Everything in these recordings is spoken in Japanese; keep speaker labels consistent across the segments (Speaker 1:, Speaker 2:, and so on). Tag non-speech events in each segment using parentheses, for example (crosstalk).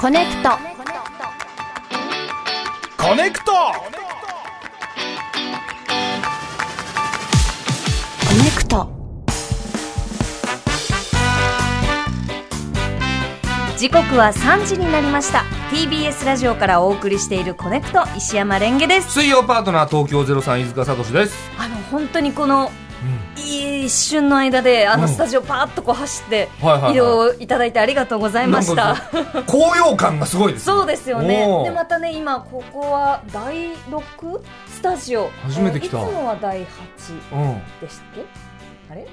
Speaker 1: コネクト
Speaker 2: コネクト
Speaker 1: コネクト
Speaker 3: 時刻は3時になりました TBS ラジオからお送りしているコネクト石山レンゲです
Speaker 2: 水曜パートナー東京03飯塚聡です、
Speaker 3: あの本当にこのいい一瞬の間であ
Speaker 2: う
Speaker 3: の
Speaker 2: ん
Speaker 3: スタジオパーッとこう走って
Speaker 2: はいはいはい
Speaker 3: 移動いただいてありがとうございました、
Speaker 2: なんか高揚感がすごいですね
Speaker 3: そうですよね
Speaker 2: おー
Speaker 3: でまたね今ここは第6スタジオ
Speaker 2: 初めて来た
Speaker 3: えーいつもは第8
Speaker 2: うん
Speaker 3: でしたっけあれ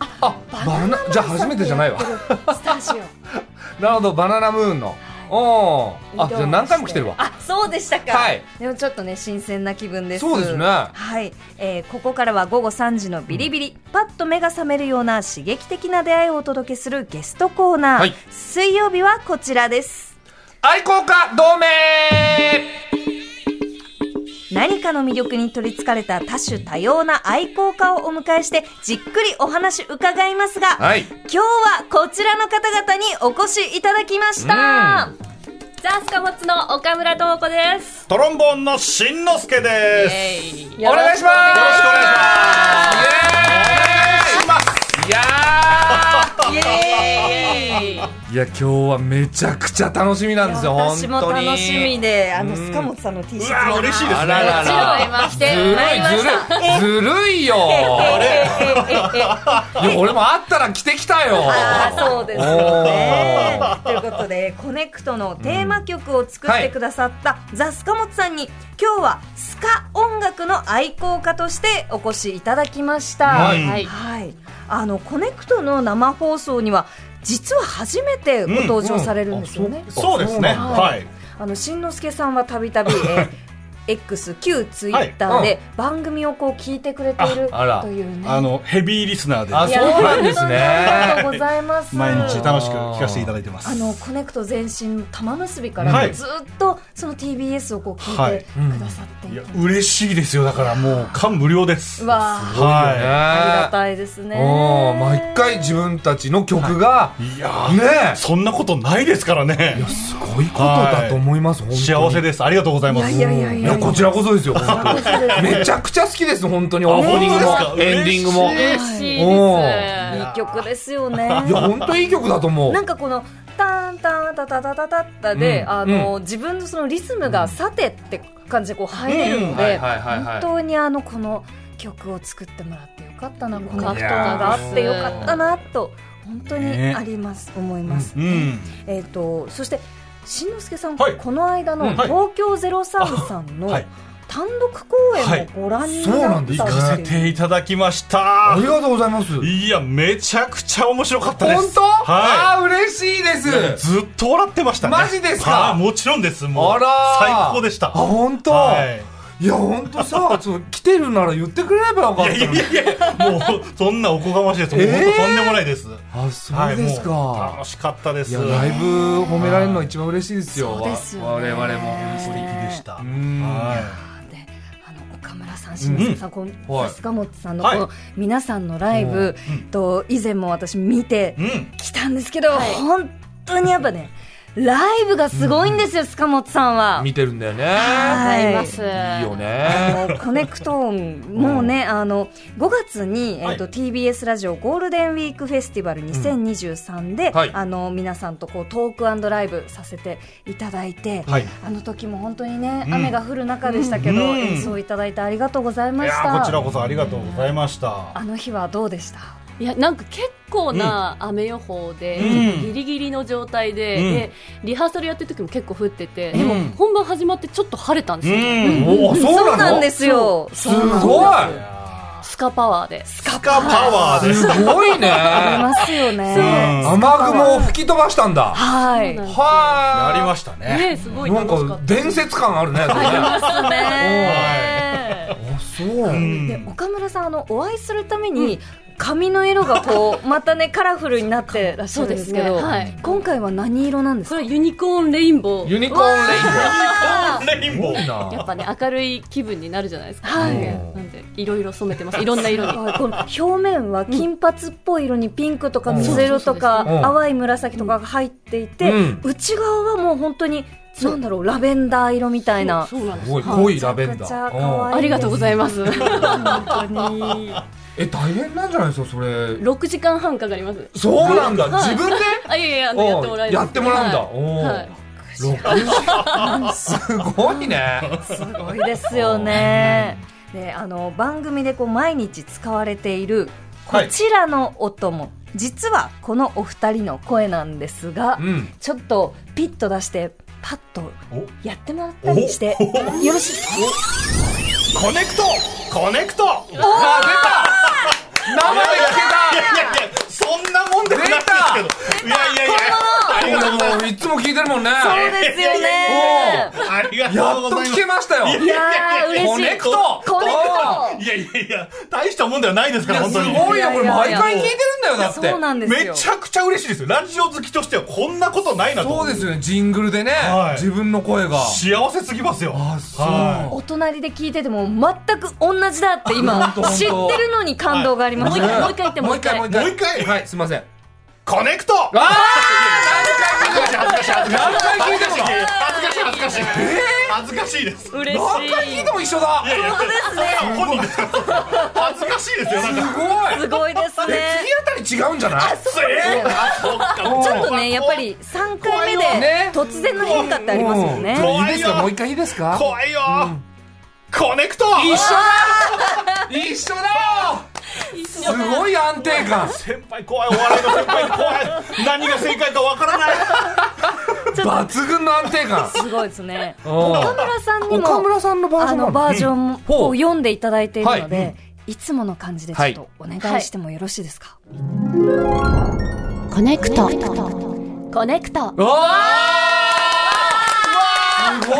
Speaker 2: あバナナじゃあ初めてじゃないわ
Speaker 3: スタジオ
Speaker 2: なるほどバナナムーンのおーあじゃあ何回も来てるわ
Speaker 3: あそうでしたか、
Speaker 2: はい
Speaker 3: でもちょっとね新鮮な気分です
Speaker 2: そうですね
Speaker 3: はい、えーここからは午後3時のビリビリ、パッと目が覚めるような刺激的な出会いをお届けするゲストコーナー、
Speaker 2: はい
Speaker 3: 水曜日はこちらです
Speaker 2: 愛好家同盟
Speaker 3: 何かの魅力に取りつかれた多種多様な愛好家をお迎えしてじっくりお話伺いますが、
Speaker 2: はい
Speaker 3: 今日はこちらの方々にお越しいただきましたザ・スカモッツの岡村智子です
Speaker 4: トロンボーンのしんのすけです。
Speaker 2: お願いします
Speaker 4: よろしくお願いし
Speaker 2: イエーイいや
Speaker 3: イエーイ
Speaker 2: ーいや今日はめちゃくちゃ楽しみなんですよ本
Speaker 3: 私も
Speaker 2: 当に
Speaker 3: 楽しみであの
Speaker 2: うん
Speaker 3: スカモツさんの T シ
Speaker 4: ま
Speaker 3: ャ
Speaker 4: す。う
Speaker 3: ツ
Speaker 4: わ
Speaker 3: も
Speaker 4: ー、嬉しいです
Speaker 2: あ
Speaker 4: ね。
Speaker 2: ららら
Speaker 5: 今来
Speaker 2: ずるい
Speaker 5: てまいりました
Speaker 2: ずるいずるいよいや俺もあったら着てきたよ
Speaker 3: ああそうですよね。ということでコネクトのテーマ曲を作ってくださった、ザ・スカモツさんに今日はスカ音楽の愛好家としてお越しいただきました。
Speaker 2: は
Speaker 4: うん
Speaker 5: はい
Speaker 3: はい、あのコネクトの生放送には実は初めてご登場されるんですよね。
Speaker 4: そうですね。
Speaker 5: なんだ
Speaker 4: はい。
Speaker 3: あのしんのすけさんはたびた
Speaker 2: (laughs)
Speaker 3: び。えー X 旧ツイッター
Speaker 2: はい
Speaker 3: で番組をこう聞いてくれている
Speaker 2: ああら
Speaker 3: というね。
Speaker 4: あのヘビーリスナーで
Speaker 2: あ
Speaker 3: いや
Speaker 2: そうなんですね
Speaker 3: ありがとうございます。
Speaker 4: 毎日楽しく聞かせていただいてます。
Speaker 3: あのコネクト前身の玉結びから、
Speaker 4: はい
Speaker 3: ずっとその TBS をこう聞いてくださってい
Speaker 4: い
Speaker 3: て、
Speaker 4: や嬉しいですよ。だからもう感無量です。
Speaker 3: うわー
Speaker 4: は
Speaker 3: ありが
Speaker 2: い
Speaker 3: たいですね。
Speaker 2: おー毎回自分たちの曲が
Speaker 4: い。いや
Speaker 2: ね
Speaker 4: ー、そんなことないですからね。
Speaker 2: すごいことだと思います本当に
Speaker 4: 幸せです。ありがとうございます。
Speaker 3: いやいやいや
Speaker 2: いやこちらこそですよ
Speaker 3: あそうですね
Speaker 2: めちゃくちゃ好きです本当にオープニング
Speaker 4: 本当です
Speaker 2: も
Speaker 4: か
Speaker 2: エンディングもい
Speaker 5: 嬉しいです
Speaker 2: お
Speaker 3: いい曲ですよね。
Speaker 2: や本当いい曲だと思う
Speaker 3: なんかこのタンタンタタタタタタで、
Speaker 2: うん
Speaker 3: あの、自分のそのリズムがさてって感じでこう入れるの
Speaker 2: はい
Speaker 3: で、
Speaker 2: はいはい
Speaker 3: 本
Speaker 2: は
Speaker 3: 当にあのこの曲を作ってもらってよかったな、この
Speaker 5: か
Speaker 3: 曲
Speaker 5: った
Speaker 3: があってよ
Speaker 5: です
Speaker 3: かったなと本当にあります、思います。
Speaker 4: うん。
Speaker 3: えっ、とそしてしんのすけさん、
Speaker 4: はい
Speaker 3: この間
Speaker 2: う
Speaker 3: の
Speaker 2: ん
Speaker 4: はい
Speaker 3: 東京ゼロ三さんの
Speaker 4: はい
Speaker 3: 単独公演もご覧に
Speaker 2: はいそう
Speaker 3: な
Speaker 2: な
Speaker 3: っ
Speaker 2: んです
Speaker 3: た
Speaker 2: よ
Speaker 4: 行
Speaker 3: って
Speaker 4: かせ
Speaker 3: いう。
Speaker 4: ていただきまし
Speaker 2: いあ
Speaker 4: た
Speaker 2: り。がとうございます
Speaker 4: いや、めちゃくちゃ面白かったです。
Speaker 2: 本当
Speaker 4: はい。
Speaker 2: あー嬉しいです
Speaker 4: ずっと笑ってましたね。
Speaker 2: マジですか
Speaker 4: あもちろんです。もう
Speaker 2: あらー
Speaker 4: 最高でした。
Speaker 2: あ本当
Speaker 4: はい
Speaker 2: いや本当
Speaker 4: (laughs)
Speaker 2: さその来てるなら言ってくれればよかっ
Speaker 4: い
Speaker 2: た
Speaker 4: や
Speaker 2: の
Speaker 4: い
Speaker 2: に
Speaker 4: やいやいや、もうそんなおこがましいです。もう
Speaker 2: えー
Speaker 4: 本当とんでもないです。
Speaker 2: あそうですか、
Speaker 4: はいもう楽しかったです。
Speaker 2: いやライブ褒められるのが一番嬉しいですよ。
Speaker 3: そうですよね
Speaker 2: 我々も本当に。
Speaker 4: でした。
Speaker 2: う
Speaker 4: は
Speaker 2: ん
Speaker 3: であの岡村さん、しんのすけさん、こ
Speaker 2: は
Speaker 3: の
Speaker 2: い
Speaker 3: さすがもつさんのこ
Speaker 4: はい
Speaker 3: の皆さんのライブ、と以前も私見て
Speaker 4: い。うん。
Speaker 3: きたんですけど、本当にやっぱねライブがすごいんですよ、スカモツさんは。
Speaker 2: 見てるんだよね。
Speaker 3: はい
Speaker 5: います。
Speaker 2: いいよ
Speaker 3: あ
Speaker 2: ね。
Speaker 3: のコネクト音もうね、あの5月に、えーと
Speaker 4: は
Speaker 3: TBS ラジオゴールデンウィークフェスティバル2023で、
Speaker 2: はい
Speaker 3: あの皆さんとこうトークライブさせていただいて、
Speaker 4: はい。
Speaker 3: あの時も本当にね、
Speaker 4: うん
Speaker 3: 雨が降る中でしたけど、
Speaker 4: うん
Speaker 3: 演奏いただいてありがとうござい
Speaker 4: い
Speaker 3: ま
Speaker 4: や
Speaker 3: した。
Speaker 4: ーこちらこそありがとうございました
Speaker 3: あ。の日はどうでした
Speaker 5: いやなんか結構な雨予報で、
Speaker 4: うん
Speaker 5: ギリギリの状態で,、
Speaker 4: うん
Speaker 5: でリハーサルやってる時も結構降ってて、
Speaker 4: ん
Speaker 5: でも本番始まってちょっと晴れたんで
Speaker 4: う
Speaker 5: すよ、
Speaker 4: ん。
Speaker 2: おーそうな
Speaker 3: なん
Speaker 2: の
Speaker 3: ですすよ。す
Speaker 2: ごい
Speaker 5: スカパワーで
Speaker 4: スカパワーです。
Speaker 2: すごいね。
Speaker 3: ありますよね。
Speaker 4: うん
Speaker 2: 雨雲を吹き飛ばしたんだ。
Speaker 3: はい。
Speaker 5: そうなんですよ
Speaker 2: は
Speaker 4: や
Speaker 2: ーい。
Speaker 4: りましたね。
Speaker 5: ねすごい
Speaker 2: なん
Speaker 5: 楽しか
Speaker 2: か
Speaker 5: った
Speaker 2: 伝説感あるね。それね
Speaker 3: (laughs) ですね。
Speaker 2: そ
Speaker 4: は
Speaker 2: う
Speaker 4: うん
Speaker 3: で岡村さんあのお会いするために髪の色がこう (laughs) またねカラフルになってらっしゃ
Speaker 5: そう
Speaker 3: るん
Speaker 5: で
Speaker 3: ですす
Speaker 5: け
Speaker 3: け
Speaker 5: ど、
Speaker 3: ど
Speaker 5: はい。
Speaker 3: 今回は何色なんです
Speaker 5: こ
Speaker 3: か
Speaker 5: れはユニコーンレインボー。
Speaker 2: ユニコーンレインボー
Speaker 4: レインボ
Speaker 2: いい
Speaker 4: ー。
Speaker 5: やっ
Speaker 2: な
Speaker 5: ぱね、明るい気分になるじゃないですか。
Speaker 3: はい
Speaker 5: なんで、いろいろ染めてます。いろんな色に。
Speaker 3: はいこの表面は金髪っぽい色にピンクとか
Speaker 2: うん
Speaker 3: 水色とか
Speaker 2: うん
Speaker 3: 淡い紫とかが入っていて、
Speaker 2: うん
Speaker 3: 内側はもう本当になんだろうラベンダー色みたいな
Speaker 5: そうなんですす。
Speaker 2: ごい
Speaker 5: はい
Speaker 2: 濃いラベン
Speaker 3: め
Speaker 2: ダ
Speaker 3: ちゃくちゃ
Speaker 2: ー
Speaker 3: 可愛
Speaker 2: うん
Speaker 5: ありがとうございます。
Speaker 3: 本当に
Speaker 2: え大変なんじゃないですかそれ
Speaker 5: 六時間半かかります。
Speaker 2: そうなんだ
Speaker 5: はい
Speaker 2: 自分で
Speaker 5: あ、いやいや、あの、やってもら
Speaker 2: お
Speaker 5: え
Speaker 2: う
Speaker 5: る。
Speaker 2: やってもらうんだ
Speaker 5: はい
Speaker 2: おー
Speaker 5: はい
Speaker 2: 六時すごいね
Speaker 3: すごいですよね。であの番組でこう毎日使われているこちらの音も、実はこのお二人の声なんですが
Speaker 2: うん
Speaker 3: ちょっとピッと出してパッと
Speaker 4: お
Speaker 3: やってもらったりしてよろしいですか
Speaker 4: コネクトコネクトいや
Speaker 2: あ出た生で聞けた
Speaker 4: いや、そんなもんでもないですけど。いやいやいや、ありがとうございます。
Speaker 2: もういつも聞いてるもんね。
Speaker 3: そうですよね
Speaker 2: お
Speaker 4: ありが
Speaker 2: や
Speaker 4: とう
Speaker 2: っ
Speaker 4: ご
Speaker 2: と
Speaker 4: ざ
Speaker 2: 聞
Speaker 4: います
Speaker 2: け。ましたよ。
Speaker 3: いやー嬉しい
Speaker 2: コネクト
Speaker 3: コネ
Speaker 4: いやいやいや、大したもんではないですから、
Speaker 2: いや
Speaker 4: 本当に。
Speaker 2: すごいよ、これ
Speaker 3: いやい
Speaker 2: 毎
Speaker 3: や
Speaker 2: 回聞いてるんだよ、だ
Speaker 3: ク
Speaker 2: って。
Speaker 3: トそうなんですよ
Speaker 4: めちゃくちゃ嬉しいですよ。ラジオ好きとしてはこんなことないなと。
Speaker 2: そうですよね、ジングルでね
Speaker 4: は、い
Speaker 2: 自分の声が。
Speaker 4: 幸せすぎますよ。
Speaker 2: あそう
Speaker 4: は
Speaker 3: お隣で聞いてても全く同じだって今
Speaker 2: ほんとほんと
Speaker 3: 知ってるのに感動がありま
Speaker 5: もう
Speaker 3: し
Speaker 5: 一
Speaker 3: た、
Speaker 5: 回、もう一回
Speaker 2: も
Speaker 5: 言って、もう
Speaker 2: う一回、
Speaker 5: 一回。も
Speaker 2: もう
Speaker 5: う一
Speaker 2: 一回。もう一
Speaker 5: 回
Speaker 2: 回はい、すいません。
Speaker 4: いコネクト
Speaker 2: ああ
Speaker 4: 恥ずかしい恥ずか
Speaker 2: 何
Speaker 4: しい恥ずかしい恥ずかしい恥ずかしいです。
Speaker 5: 嬉
Speaker 2: 何回聞いても一緒だ
Speaker 4: いやいや本人ですから恥ずかしいですよ。なん
Speaker 2: す
Speaker 4: か。
Speaker 2: ごい
Speaker 3: すごいですね
Speaker 2: 次あたり違うんじゃない
Speaker 4: えーあそっか
Speaker 3: ちょっとねやっぱり3回目
Speaker 2: 怖いよね
Speaker 3: で突然の変化ってありますよね
Speaker 4: うん
Speaker 2: いいですかもう一回いいですか
Speaker 4: 怖いよ。コネクト。
Speaker 2: 一緒だ一緒だよすごい安定感
Speaker 4: 先輩怖いお笑いの先輩で怖い。何が正解かわからない。
Speaker 2: 抜群の安定感
Speaker 3: すごいですね岡
Speaker 2: 岡
Speaker 3: 村さんにも
Speaker 2: 村さんのバ
Speaker 3: あ
Speaker 2: ージョンな
Speaker 3: の
Speaker 2: の
Speaker 3: バージョンを
Speaker 2: うん
Speaker 3: 読んでいただいているので、
Speaker 2: はい
Speaker 3: つもの感じでちょっとお願いしてもよろしいですか、
Speaker 5: コネクト。コネクト。
Speaker 2: うわーすごい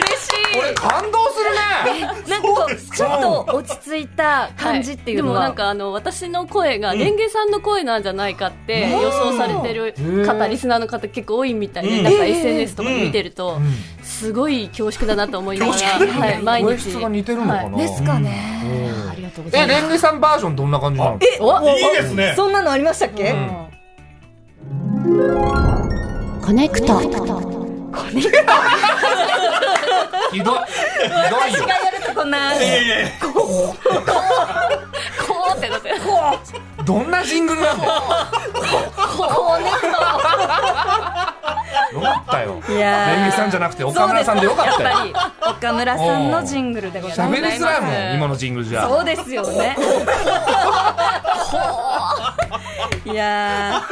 Speaker 3: 嬉
Speaker 2: これ感動するね
Speaker 3: しいなんかこうちょっと落ち着いた感じっていうのは、
Speaker 5: はいでもなんかあの私の声がレンゲさんの声なんじゃないかって予想されてる
Speaker 2: う
Speaker 5: 方
Speaker 2: ん
Speaker 5: リスナーの方結構多いみたいで、
Speaker 4: うん
Speaker 5: なんか SNS とかで見てると
Speaker 2: ん
Speaker 5: すごい恐縮だなと思いながら、
Speaker 4: 恐縮
Speaker 5: はい、毎
Speaker 2: 声
Speaker 5: 日
Speaker 2: 質が似てるのかな、
Speaker 5: は
Speaker 3: ですかね、
Speaker 5: ありがとうござ
Speaker 2: え
Speaker 5: います
Speaker 2: レンゲさんバージョンどんな感じなの
Speaker 5: えお
Speaker 4: いいですね。
Speaker 3: そんなのありましたっけ、
Speaker 2: うん
Speaker 5: コネクト
Speaker 2: ひどいひどいよ
Speaker 3: 私がやるとこない
Speaker 4: いやいやいや
Speaker 5: こうってなって
Speaker 2: どんなジングルなの
Speaker 5: コネク
Speaker 2: (laughs) よかったよ
Speaker 3: いやー
Speaker 2: レンゲさんじゃなくて岡村さんでよかったよ
Speaker 5: トやっ
Speaker 3: 岡村さんのジングルでございま
Speaker 2: 喋
Speaker 3: す
Speaker 2: りづらいもん今のジングルじ (laughs) ゃ
Speaker 3: そうですよね。いや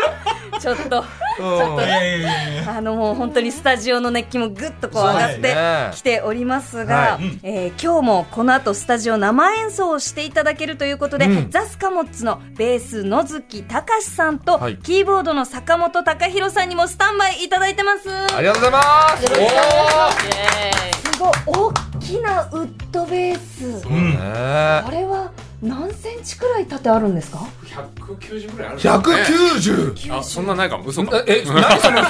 Speaker 3: ー、ちょっと、
Speaker 2: うん
Speaker 4: いやいやいや。
Speaker 3: あのもう本当にスタジオの熱気もぐっとこう
Speaker 2: そう
Speaker 3: 上
Speaker 2: です
Speaker 3: が
Speaker 2: ね
Speaker 3: ってきておりますが、
Speaker 2: はい
Speaker 3: えー今日もこの後スタジオ生演奏をしていただけるということで、
Speaker 2: うん
Speaker 3: ザスカモッツのベース野月隆さんと、
Speaker 2: はい
Speaker 3: キーボードの坂本隆弘さんにもスタンバイいただいてます。
Speaker 2: ありがとうございます
Speaker 5: たり
Speaker 3: すごい大きなウッドベース。
Speaker 4: うん。
Speaker 2: おーね
Speaker 3: あれは何センチくらい縦あるんですか？
Speaker 1: 190ぐらいある
Speaker 2: え190
Speaker 1: あそんなないかも嘘か (laughs)
Speaker 2: え何その嘘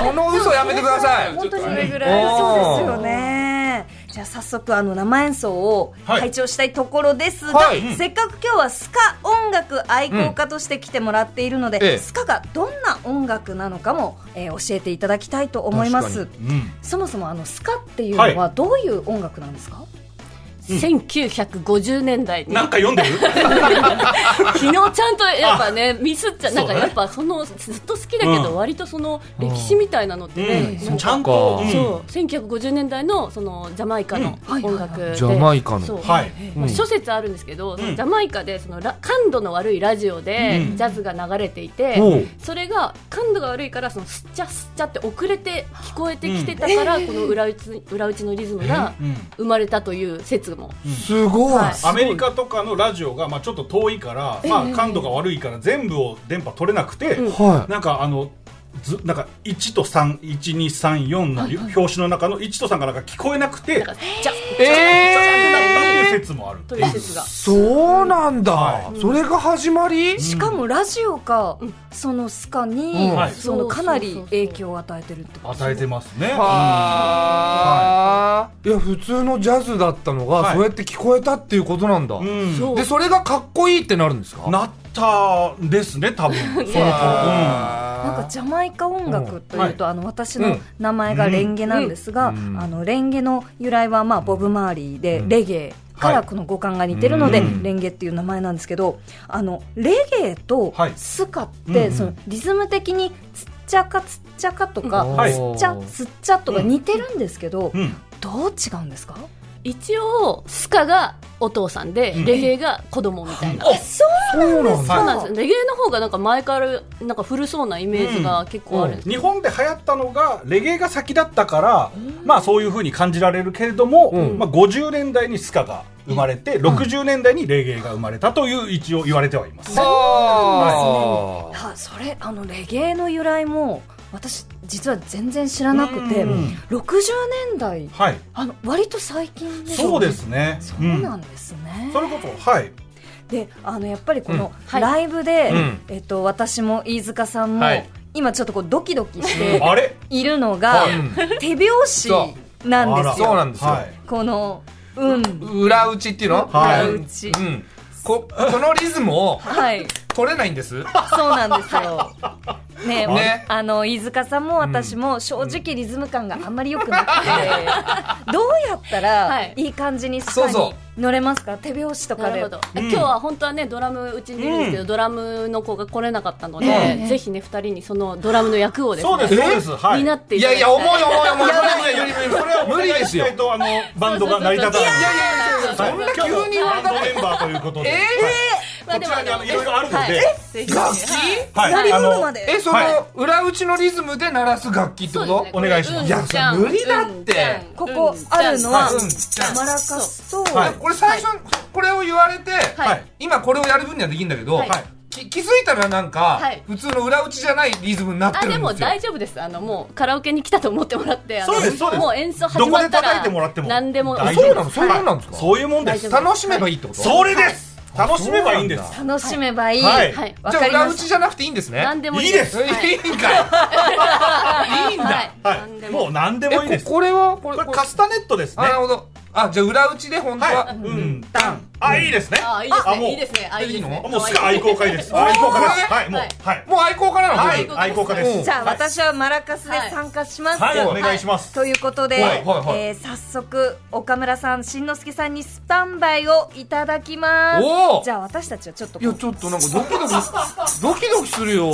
Speaker 2: その嘘やめてください
Speaker 3: 本当にそれぐ
Speaker 2: らい
Speaker 3: そうですよね。じゃあ早速あの生演奏を
Speaker 4: はい
Speaker 3: 拝聴したいところですが、
Speaker 2: はい
Speaker 3: せっかく今日はスカ音楽愛好家として来てもらっているので、
Speaker 2: うんええ
Speaker 3: スカがどんな音楽なのかも、えー教えていただきたいと思います
Speaker 2: 確。
Speaker 4: うん。
Speaker 3: そもそもあのスカっていうのはどういう音楽なんですか？
Speaker 5: 1950年代に
Speaker 4: なんか読んでる？
Speaker 5: 昨日ちゃんとやっぱねミスっちゃなんかやっぱそのずっと好きだけど割とその歴史みたいなのってね
Speaker 4: うん。
Speaker 5: なんか
Speaker 4: ちゃんと。
Speaker 2: うん
Speaker 5: そう1950年代のそのジャマイカの
Speaker 3: うん
Speaker 5: 音楽で
Speaker 2: ジャマイカの
Speaker 5: そう
Speaker 4: はい。
Speaker 5: まあ諸説あるんですけど、そのジャマイカでそのラ感度の悪いラジオで
Speaker 4: うん
Speaker 5: ジャズが流れていて、
Speaker 2: おう
Speaker 5: それが感度が悪いからそのスッチャスッチャって遅れて聞こえてきてたから、この裏打ち裏打ちのリズムが
Speaker 4: うん。
Speaker 5: 生まれたという説も
Speaker 2: すごい
Speaker 5: はい
Speaker 4: アメリカとかのラジオがまあちょっと遠いから、まあ感度が悪いから全部を電波取れなくて、
Speaker 2: は
Speaker 4: なんかあの。ずなんか1と3123の表紙の中の1と3がなんか聞こえなくて
Speaker 5: なんかスッチャスッチャ
Speaker 2: え
Speaker 4: ある
Speaker 5: という説が。
Speaker 2: そうなんだ、
Speaker 4: は
Speaker 2: それが始まり、
Speaker 3: しかもラジオが、そのスカに、
Speaker 2: うん
Speaker 3: そのかなり影響を与えてるってこと
Speaker 4: 与えてますね
Speaker 2: はあ、いや普通のジャズだったのが、
Speaker 4: はい
Speaker 2: そうやって聞こえたっていうことなんだ、
Speaker 4: うん
Speaker 5: そう
Speaker 2: でそれがかっこいいってなるんですか
Speaker 4: なったんですね多分そうそう、うん
Speaker 3: なんかジャマイカ音楽というと、あの私
Speaker 2: う
Speaker 3: の
Speaker 2: ん
Speaker 3: 名前がレンゲなんですが、
Speaker 2: うん
Speaker 3: あのレンゲの由来はまあボブ・マーリーで、レゲエからこの五感が似てるので、
Speaker 2: うん
Speaker 3: レンゲっていう名前なんですけどあのレゲエと
Speaker 4: はい
Speaker 3: スカっ
Speaker 4: うんう
Speaker 3: て
Speaker 4: ん
Speaker 3: そのリズム的につっちゃかつっちゃかとか、
Speaker 2: はい
Speaker 3: つっちゃつっちゃとか似てるんですけど、
Speaker 4: うん
Speaker 3: どう違うんですか
Speaker 5: 一応スカがお父さんで、
Speaker 4: うん
Speaker 5: レゲエが子供みたいな。
Speaker 2: そうなん
Speaker 5: そう
Speaker 2: だ
Speaker 5: なんですよレゲエの方がなんか前からなんか古そうなイメージが結構あるんです、
Speaker 4: 日本で流行ったのがレゲエが先だったから、まあそういうふうに感じられるけれども、
Speaker 2: うん
Speaker 4: まあ、50年代にスカが生まれて、60年代にレゲエが生まれたという一応言われてはいます、
Speaker 2: はあ
Speaker 3: はそれあのレゲエの由来も私実は全然知らなくて、
Speaker 4: うん
Speaker 3: 60年代
Speaker 4: はい
Speaker 3: あの割と最近ですよね
Speaker 4: そうですね
Speaker 3: そうなんんですね。
Speaker 4: それこそはい
Speaker 3: で、あのやっぱりこの
Speaker 5: はい
Speaker 3: ライブで、
Speaker 2: うん
Speaker 3: えっと私も飯塚さんも、
Speaker 2: はい
Speaker 3: 今ちょっとこうドキドキして
Speaker 4: あれ
Speaker 3: いるのが、手拍
Speaker 2: そ
Speaker 3: 子なんです
Speaker 2: そう
Speaker 3: よ。
Speaker 2: なんですよ
Speaker 4: はい
Speaker 3: このうん
Speaker 2: 裏打ちっていうの、
Speaker 4: は
Speaker 3: 裏
Speaker 4: い
Speaker 3: 打ち、
Speaker 2: うん、ここのリズムを
Speaker 3: はい、
Speaker 2: 取れないんです
Speaker 3: そうなんですよ。ね
Speaker 2: ね
Speaker 3: あの飯塚さんも私も正直リズム感があんまり良くなくて、 (laughs) どうやった
Speaker 5: は
Speaker 3: ら
Speaker 5: い
Speaker 3: いい感じにス
Speaker 2: そ
Speaker 3: カ
Speaker 2: う
Speaker 3: に
Speaker 2: そ
Speaker 3: 乗れますか？手拍子とか
Speaker 5: な
Speaker 3: で。
Speaker 5: るほど、今日は本当はねドラムうちにいるんですけど、ドラムの子が来れなかったので、
Speaker 3: ええ
Speaker 5: ぜひね二人にそのドラムの役をですね
Speaker 4: そうですそうですはい
Speaker 5: 担って
Speaker 2: い
Speaker 5: いた
Speaker 2: やい
Speaker 5: だきた
Speaker 2: や
Speaker 5: い
Speaker 2: 重い重い重い
Speaker 4: ややそれは
Speaker 2: 無理ですよ
Speaker 4: お願いしたいとあのバンドが成り立たない
Speaker 2: いやいやいやそんな急に言われたら
Speaker 4: バンドメンバーということで、
Speaker 2: え
Speaker 5: まあ
Speaker 4: こ
Speaker 5: で
Speaker 4: ち
Speaker 5: も
Speaker 4: らにあのいろいろあるので
Speaker 5: はいぜひぜひ
Speaker 2: 楽器
Speaker 4: はい
Speaker 3: やりうるまで。
Speaker 2: えその
Speaker 4: は
Speaker 2: 裏打ちのリズムで鳴らす楽器って
Speaker 5: そ
Speaker 2: こ
Speaker 5: うです
Speaker 2: と
Speaker 5: ね
Speaker 4: お願いします
Speaker 2: いやそれ無理だって
Speaker 3: ここあるのは
Speaker 2: うん
Speaker 3: マラカスと、
Speaker 4: はい
Speaker 2: これ最初これを言われて
Speaker 5: はい
Speaker 4: はい
Speaker 2: 今これをやる分にはできるんだけど
Speaker 5: はい
Speaker 2: き気づいたらなんか
Speaker 5: はい
Speaker 2: 普通の裏打ちじゃないリズムになって
Speaker 5: あ
Speaker 2: る
Speaker 5: で
Speaker 2: ん
Speaker 5: も
Speaker 2: ですよ
Speaker 5: 大丈夫ですあのもうカラオケに来たと思ってもらってあの
Speaker 4: そうですそうです
Speaker 5: もう演奏始まっ
Speaker 4: ど
Speaker 5: た
Speaker 4: こで叩
Speaker 5: ら
Speaker 4: いてもらっても
Speaker 5: 何でも
Speaker 4: 大丈夫
Speaker 2: そうなのそういうもんなんですか
Speaker 4: そういうもんです
Speaker 5: 大丈夫
Speaker 2: 楽しめばいいってこと
Speaker 4: それです
Speaker 2: あ
Speaker 4: 楽しめばいいんです
Speaker 2: そう
Speaker 3: 楽しめばいい。
Speaker 4: はい
Speaker 5: はい
Speaker 3: わ
Speaker 2: じゃ
Speaker 3: か
Speaker 2: あ
Speaker 3: りま
Speaker 2: 裏打ち
Speaker 3: し
Speaker 2: じゃなくていいんですね
Speaker 5: 何でもいい
Speaker 4: いいで
Speaker 5: ですす
Speaker 2: いいん
Speaker 5: はい
Speaker 2: かいいいんだ
Speaker 5: 何
Speaker 4: は
Speaker 5: で
Speaker 4: い
Speaker 5: も
Speaker 4: もう何でもいいで
Speaker 2: え
Speaker 4: す
Speaker 2: ここれはこれ
Speaker 4: これカスタネットです
Speaker 2: あ
Speaker 4: ね
Speaker 2: なるほどあじゃあ裏打ちで本当
Speaker 4: は
Speaker 2: はい
Speaker 4: うんタンあいいですね
Speaker 5: あいいです
Speaker 4: あもう
Speaker 5: ねいいですねあいいですね
Speaker 4: もうすか愛好家です愛好家ですはいもうはい
Speaker 2: もう愛好家なの
Speaker 4: は
Speaker 2: こ
Speaker 4: い
Speaker 2: れ
Speaker 4: 愛好家
Speaker 2: う
Speaker 4: で
Speaker 2: ん
Speaker 4: す
Speaker 3: じゃあ
Speaker 4: はい
Speaker 3: 私はマラカスで参加します。
Speaker 4: はいお願いします
Speaker 3: ということで、
Speaker 2: はいはいはい
Speaker 3: えー早速岡村さん、しんのすけさんにスタンバイをいただきます
Speaker 2: おー。
Speaker 3: じゃあ私たちはちょっと
Speaker 2: い
Speaker 3: こう
Speaker 2: やちょっとなんかドキドキ (laughs) ドキドキする (laughs) よ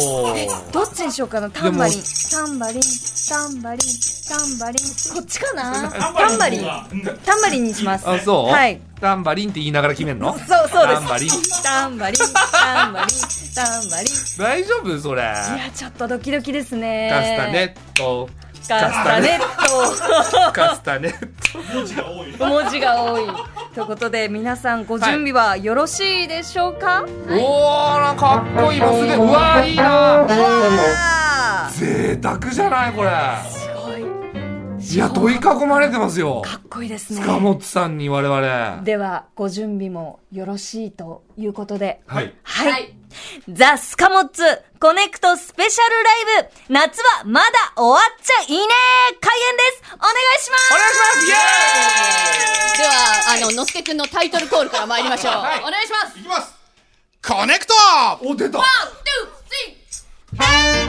Speaker 3: どっちにしようかなタンバリン
Speaker 2: でも
Speaker 3: タンバリンタンバリンタンバリンこっちかな
Speaker 4: タ
Speaker 3: タ
Speaker 4: ン
Speaker 3: ン
Speaker 4: バ
Speaker 3: バ
Speaker 4: リ
Speaker 3: リ
Speaker 4: ン
Speaker 3: ン
Speaker 4: の方が
Speaker 3: タンバリンにします
Speaker 2: あそう
Speaker 3: はい
Speaker 2: タンバリンって言いながら決めんの
Speaker 3: そうそうです
Speaker 2: タンバリン
Speaker 3: タンバリンタンバリンタンバリン
Speaker 2: 大丈夫それ
Speaker 3: いやちょっとドキドキですね
Speaker 2: カスタネット
Speaker 3: カスタネッ
Speaker 2: カスタネッ
Speaker 3: ト文字が多いということで皆さんご準備はよろしいでしょうか、
Speaker 2: トおーなんかかっこいいもうすでにうわーいいな
Speaker 3: わ
Speaker 2: 贅沢じゃないこれ
Speaker 3: ーすごい
Speaker 2: いや問い囲まれてますよ
Speaker 3: かっこいいですね
Speaker 2: 塚本さんに我々
Speaker 3: ではご準備もよろしいということで
Speaker 4: はい
Speaker 3: はい、ザ・スカモッツコネクトスペシャルライブ夏はまだ終わっちゃいねー開演ですお願いします
Speaker 2: お願いしますイエ
Speaker 5: ではあののすけくんのタイトルコールから参りましょう、
Speaker 2: はい
Speaker 5: お願いします
Speaker 4: いきます
Speaker 6: コネクト
Speaker 2: ーイお出た
Speaker 5: ワンツースリー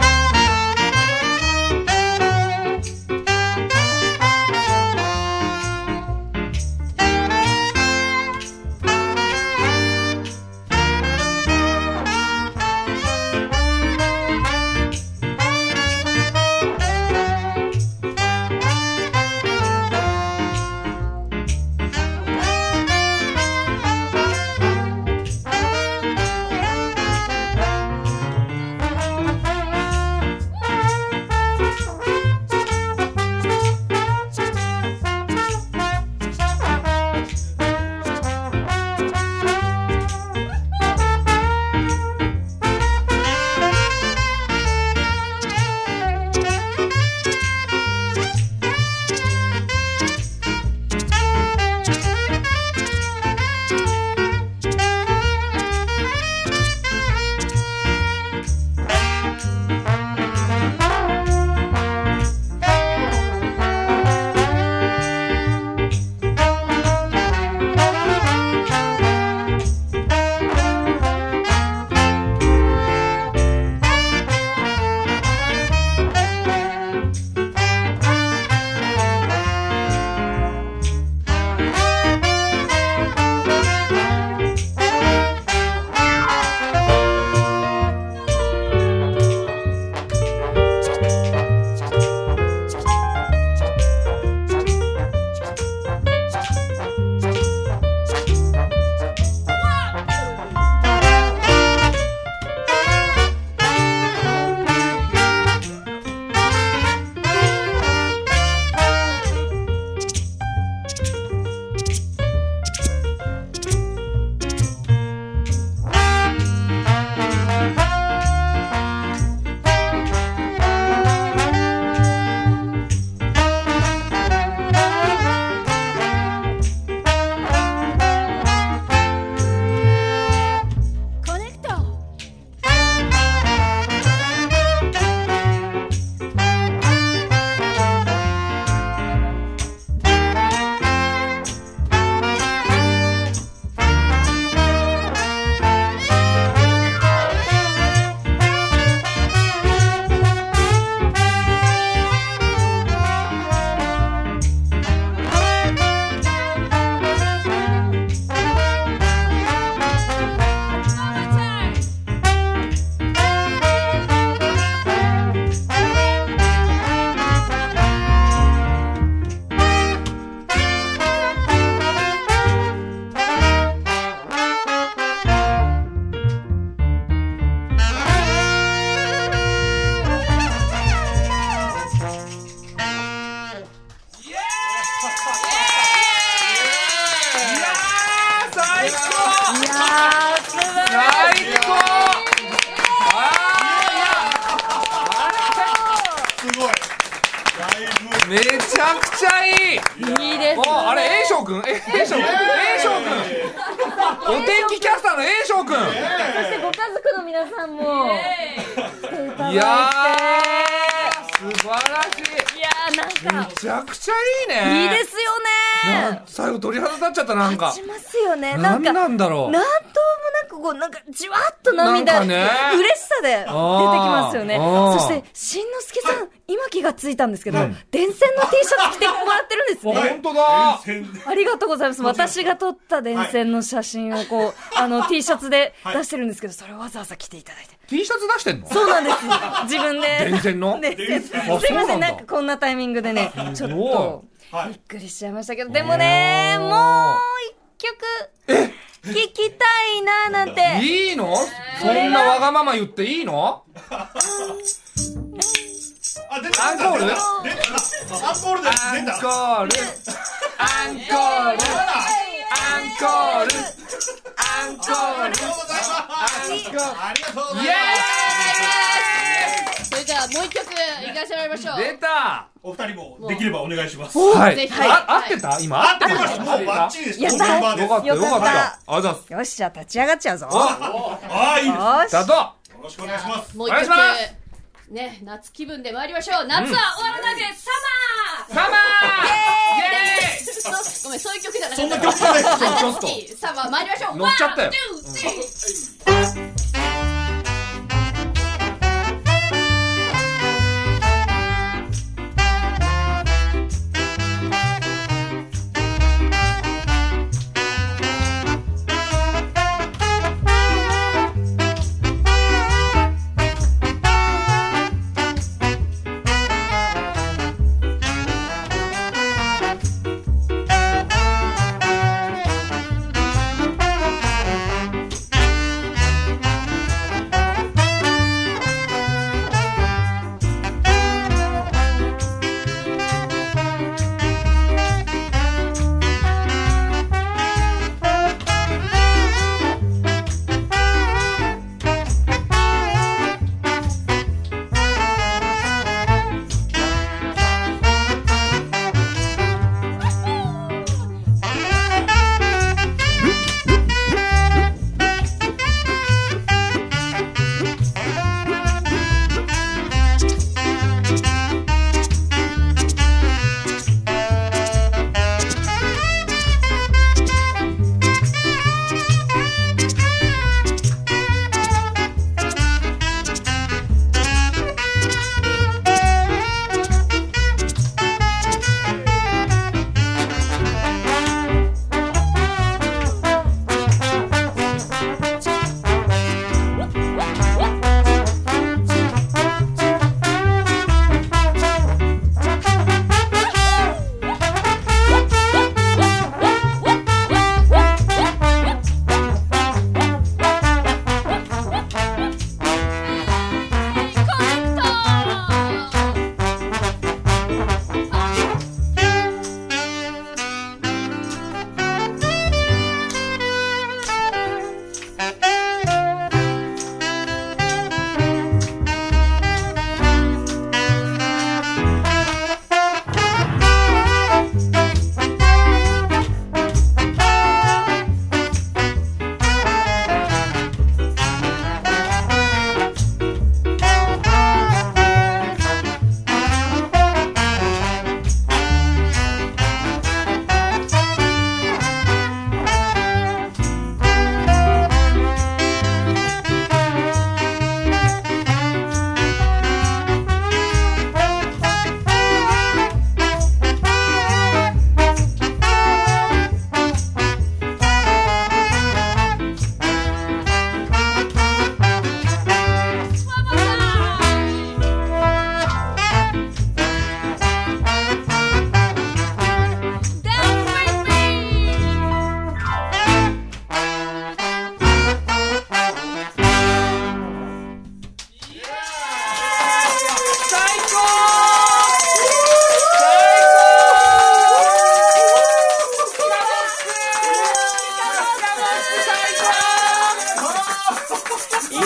Speaker 6: 「
Speaker 2: 最高
Speaker 4: すごいだい
Speaker 2: めちゃくちゃいい
Speaker 5: いいですね
Speaker 2: おあれ A 翔くん A 翔くん A 翔くんお天気キャスターの A 翔くん
Speaker 3: そしてご家族の皆さんも来ていただいて
Speaker 2: いやー素晴らしい
Speaker 5: いやーなんか
Speaker 2: めちゃくちゃいいね
Speaker 3: いいですよね
Speaker 2: な最後鳥肌立っちゃったなんか
Speaker 3: しますよねな
Speaker 2: なんん
Speaker 3: か
Speaker 2: なんだろう
Speaker 3: なんともなくこうなんかじわっと涙
Speaker 2: なんかね
Speaker 3: 嬉しさで出てきますよね
Speaker 2: あー
Speaker 3: そしてしんのすけさん今気がついたんですけど、
Speaker 2: うん
Speaker 3: 電線の T シャツ着てもらってるんですね
Speaker 2: 本当だ
Speaker 4: ぶ全然
Speaker 3: ありがとうございます私が撮った電線の写真を
Speaker 2: (laughs)
Speaker 3: こう、あの T シャツで出してるんですけどそれをわざわざ着ていただいて
Speaker 2: T シャツ出してんの
Speaker 3: そうなんです自分で
Speaker 2: 電線の
Speaker 3: 電線すい
Speaker 2: あそ
Speaker 3: ま
Speaker 2: うなん
Speaker 3: せ
Speaker 2: だ
Speaker 3: んなんかこんなタイミングでねちょっと
Speaker 4: はい
Speaker 3: びっくりしちゃいましたけどでもねもう一曲聴きたいななんて
Speaker 2: いいのそんなわがまま言っていいの
Speaker 4: あ出た
Speaker 2: アンコール
Speaker 4: 出たアンコールで
Speaker 2: アン
Speaker 4: 出
Speaker 2: コー
Speaker 4: た
Speaker 2: ルアンコールアンコールアンコール
Speaker 4: ありがとうございます
Speaker 2: イエ
Speaker 5: それじゃあもう一曲いかせてもらいましょう
Speaker 2: ーイ出た
Speaker 4: お二人もできればお願いします
Speaker 2: は
Speaker 5: ぜ
Speaker 2: い
Speaker 5: ひ
Speaker 2: あ合ってた今
Speaker 4: 合ってましたもうバッチリです
Speaker 3: やった
Speaker 4: このメンバーで
Speaker 2: よ
Speaker 4: す
Speaker 2: かった
Speaker 3: よ
Speaker 2: よかっ
Speaker 3: かった
Speaker 2: たあざっす
Speaker 3: (laughs) よしじゃあ立ち上がっちゃうぞ
Speaker 2: あ
Speaker 4: ああいいですよ
Speaker 3: よし
Speaker 2: だと
Speaker 4: ろしくお願いします
Speaker 5: もう
Speaker 2: お
Speaker 5: 一
Speaker 2: 願い
Speaker 5: 曲
Speaker 2: しま
Speaker 5: ね夏気分で参りましょう夏は終わらないで、サ
Speaker 2: サ
Speaker 5: マー
Speaker 2: マーイエーイ
Speaker 5: そうごめんそういう曲じゃなか
Speaker 4: そ
Speaker 5: っ
Speaker 4: んな
Speaker 5: た
Speaker 4: 曲じゃないです
Speaker 2: ちょっ
Speaker 5: 夏 (laughs)
Speaker 2: と
Speaker 5: 希サマー参りましょう
Speaker 2: 乗っちゃったよ
Speaker 5: ワンツースリー
Speaker 6: 「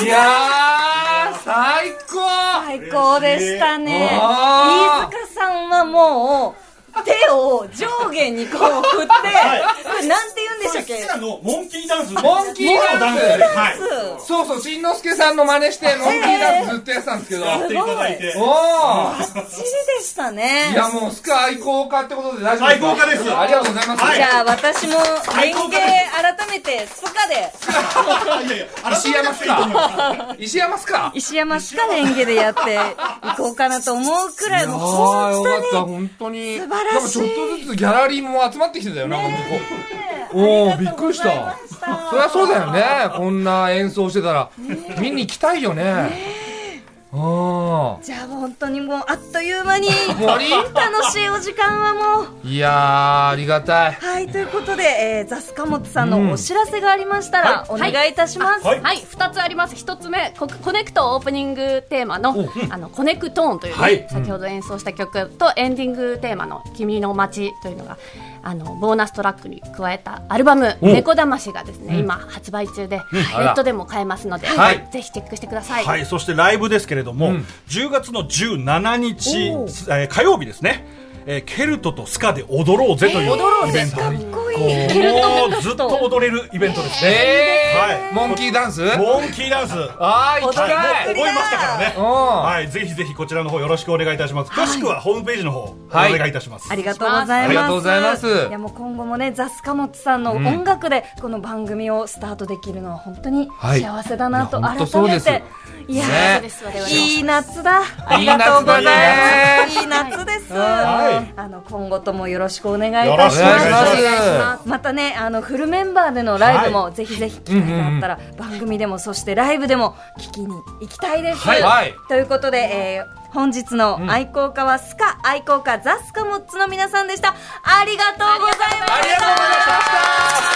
Speaker 2: いやー、最高
Speaker 3: 最高でしたね
Speaker 2: あ
Speaker 3: 飯塚さんはもう手を上下にこう振って、これなんて言うんでしたっけ
Speaker 4: 好きなのモンキーダンス
Speaker 2: モンキーダンス
Speaker 4: モですはい
Speaker 2: そうそう、しんのすけさんの真似して、モンキーダンスずっとやってたんですけど。
Speaker 4: やっていただいて
Speaker 2: おー
Speaker 3: チリでしたね
Speaker 2: いやもう、スカ愛好家ってことで大丈夫
Speaker 4: 愛好家です
Speaker 2: ありがとうございます。
Speaker 4: はい
Speaker 3: じゃあ私も
Speaker 4: 最
Speaker 3: 連
Speaker 4: 高
Speaker 3: 携
Speaker 4: です
Speaker 3: 改めてスカで
Speaker 4: いやいや
Speaker 2: 石山スカ石山スカ
Speaker 3: 石山スカ連携でやっていこうかなと思うくらいもう
Speaker 2: ああ、
Speaker 3: 本
Speaker 2: よかった、
Speaker 3: 当に
Speaker 2: 本当に。
Speaker 3: 素晴らしい
Speaker 2: なんかちょっとずつギャラリーも集まってきてたよ、なんかここ。おお、びっくりした。そりゃそうだよね、こんな演奏してたら。見に行きたいよね。ああ。
Speaker 3: じゃあもう本当にもうあっという間に
Speaker 2: 終わり
Speaker 3: 楽しいお時間はもう
Speaker 2: いやー、ありがたい。
Speaker 3: はいということで、えー、ザスカモツさんのお知らせがありましたら、お
Speaker 5: い
Speaker 3: 願いいたします、
Speaker 4: はい
Speaker 5: はい、二つあります。一つ目、ココネクトオープニングテーマの、あのコネクトーンというね、
Speaker 4: はい
Speaker 5: 先ほど演奏した曲とエンディングテーマの君の街というのが。あのボーナストラックに加えたアルバム「猫魂」がですね、今発売中で、
Speaker 2: あら
Speaker 5: ネットでも買えますので、
Speaker 2: はい
Speaker 5: ぜひチェックしてください。
Speaker 4: はい、そしてライブですけれども、
Speaker 2: うん
Speaker 4: 10月の17日、
Speaker 3: お
Speaker 4: えー火曜日ですね、えーケルトとスカで踊ろうぜというイベント、
Speaker 3: かっこいい
Speaker 5: ケルト
Speaker 4: もうずっと踊れるイベントですね、
Speaker 2: え
Speaker 4: は
Speaker 2: ー、
Speaker 4: い
Speaker 2: モンキーダンス
Speaker 4: モンキーダンス、は
Speaker 2: ああ、行き
Speaker 4: い、
Speaker 2: た
Speaker 4: もう
Speaker 2: い。
Speaker 4: 覚えましたからね、
Speaker 2: うん
Speaker 4: はい、ぜひぜひこちらの方よろしくお願いいたします、詳しくはホームページの方、お
Speaker 2: はい
Speaker 4: 願いいたします。
Speaker 3: ありがとうございます。
Speaker 2: ありがとうございます
Speaker 3: いやもう今後もね、ザスカモツさんの音楽で、この番組をスタートできるのは本当に
Speaker 2: はい
Speaker 3: 幸せだなと
Speaker 2: いや
Speaker 3: 改
Speaker 2: 本当そうで
Speaker 3: め
Speaker 2: す
Speaker 3: て。いや
Speaker 5: そ
Speaker 2: ね
Speaker 5: うです我々
Speaker 3: いい夏だ。ありがとうございます。いい夏です。
Speaker 4: は
Speaker 3: あの今後ともよろしくお願いいたし
Speaker 2: お願いしま
Speaker 3: ますす。またね、あのフルメンバーでのライブもぜひぜひ機会があったら、番組でもそしてライブでも聞きに行きたいです。
Speaker 2: はいはい
Speaker 3: ということで、えー本日の愛好家はスカ愛好家ザスカモッツの皆さんでした。ありがとうございました。
Speaker 2: ありがとうございました。